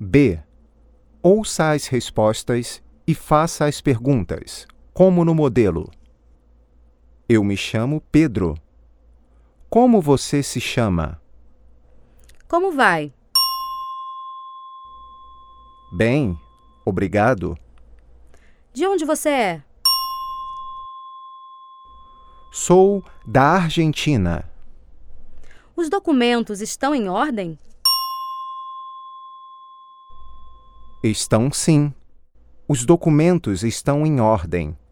B. Ouça as respostas e faça as perguntas, como no modelo. Eu me chamo Pedro. Como você se chama? Como vai? Bem, obrigado. De onde você é? Sou da Argentina. Os documentos estão em ordem? Estão sim. Os documentos estão em ordem.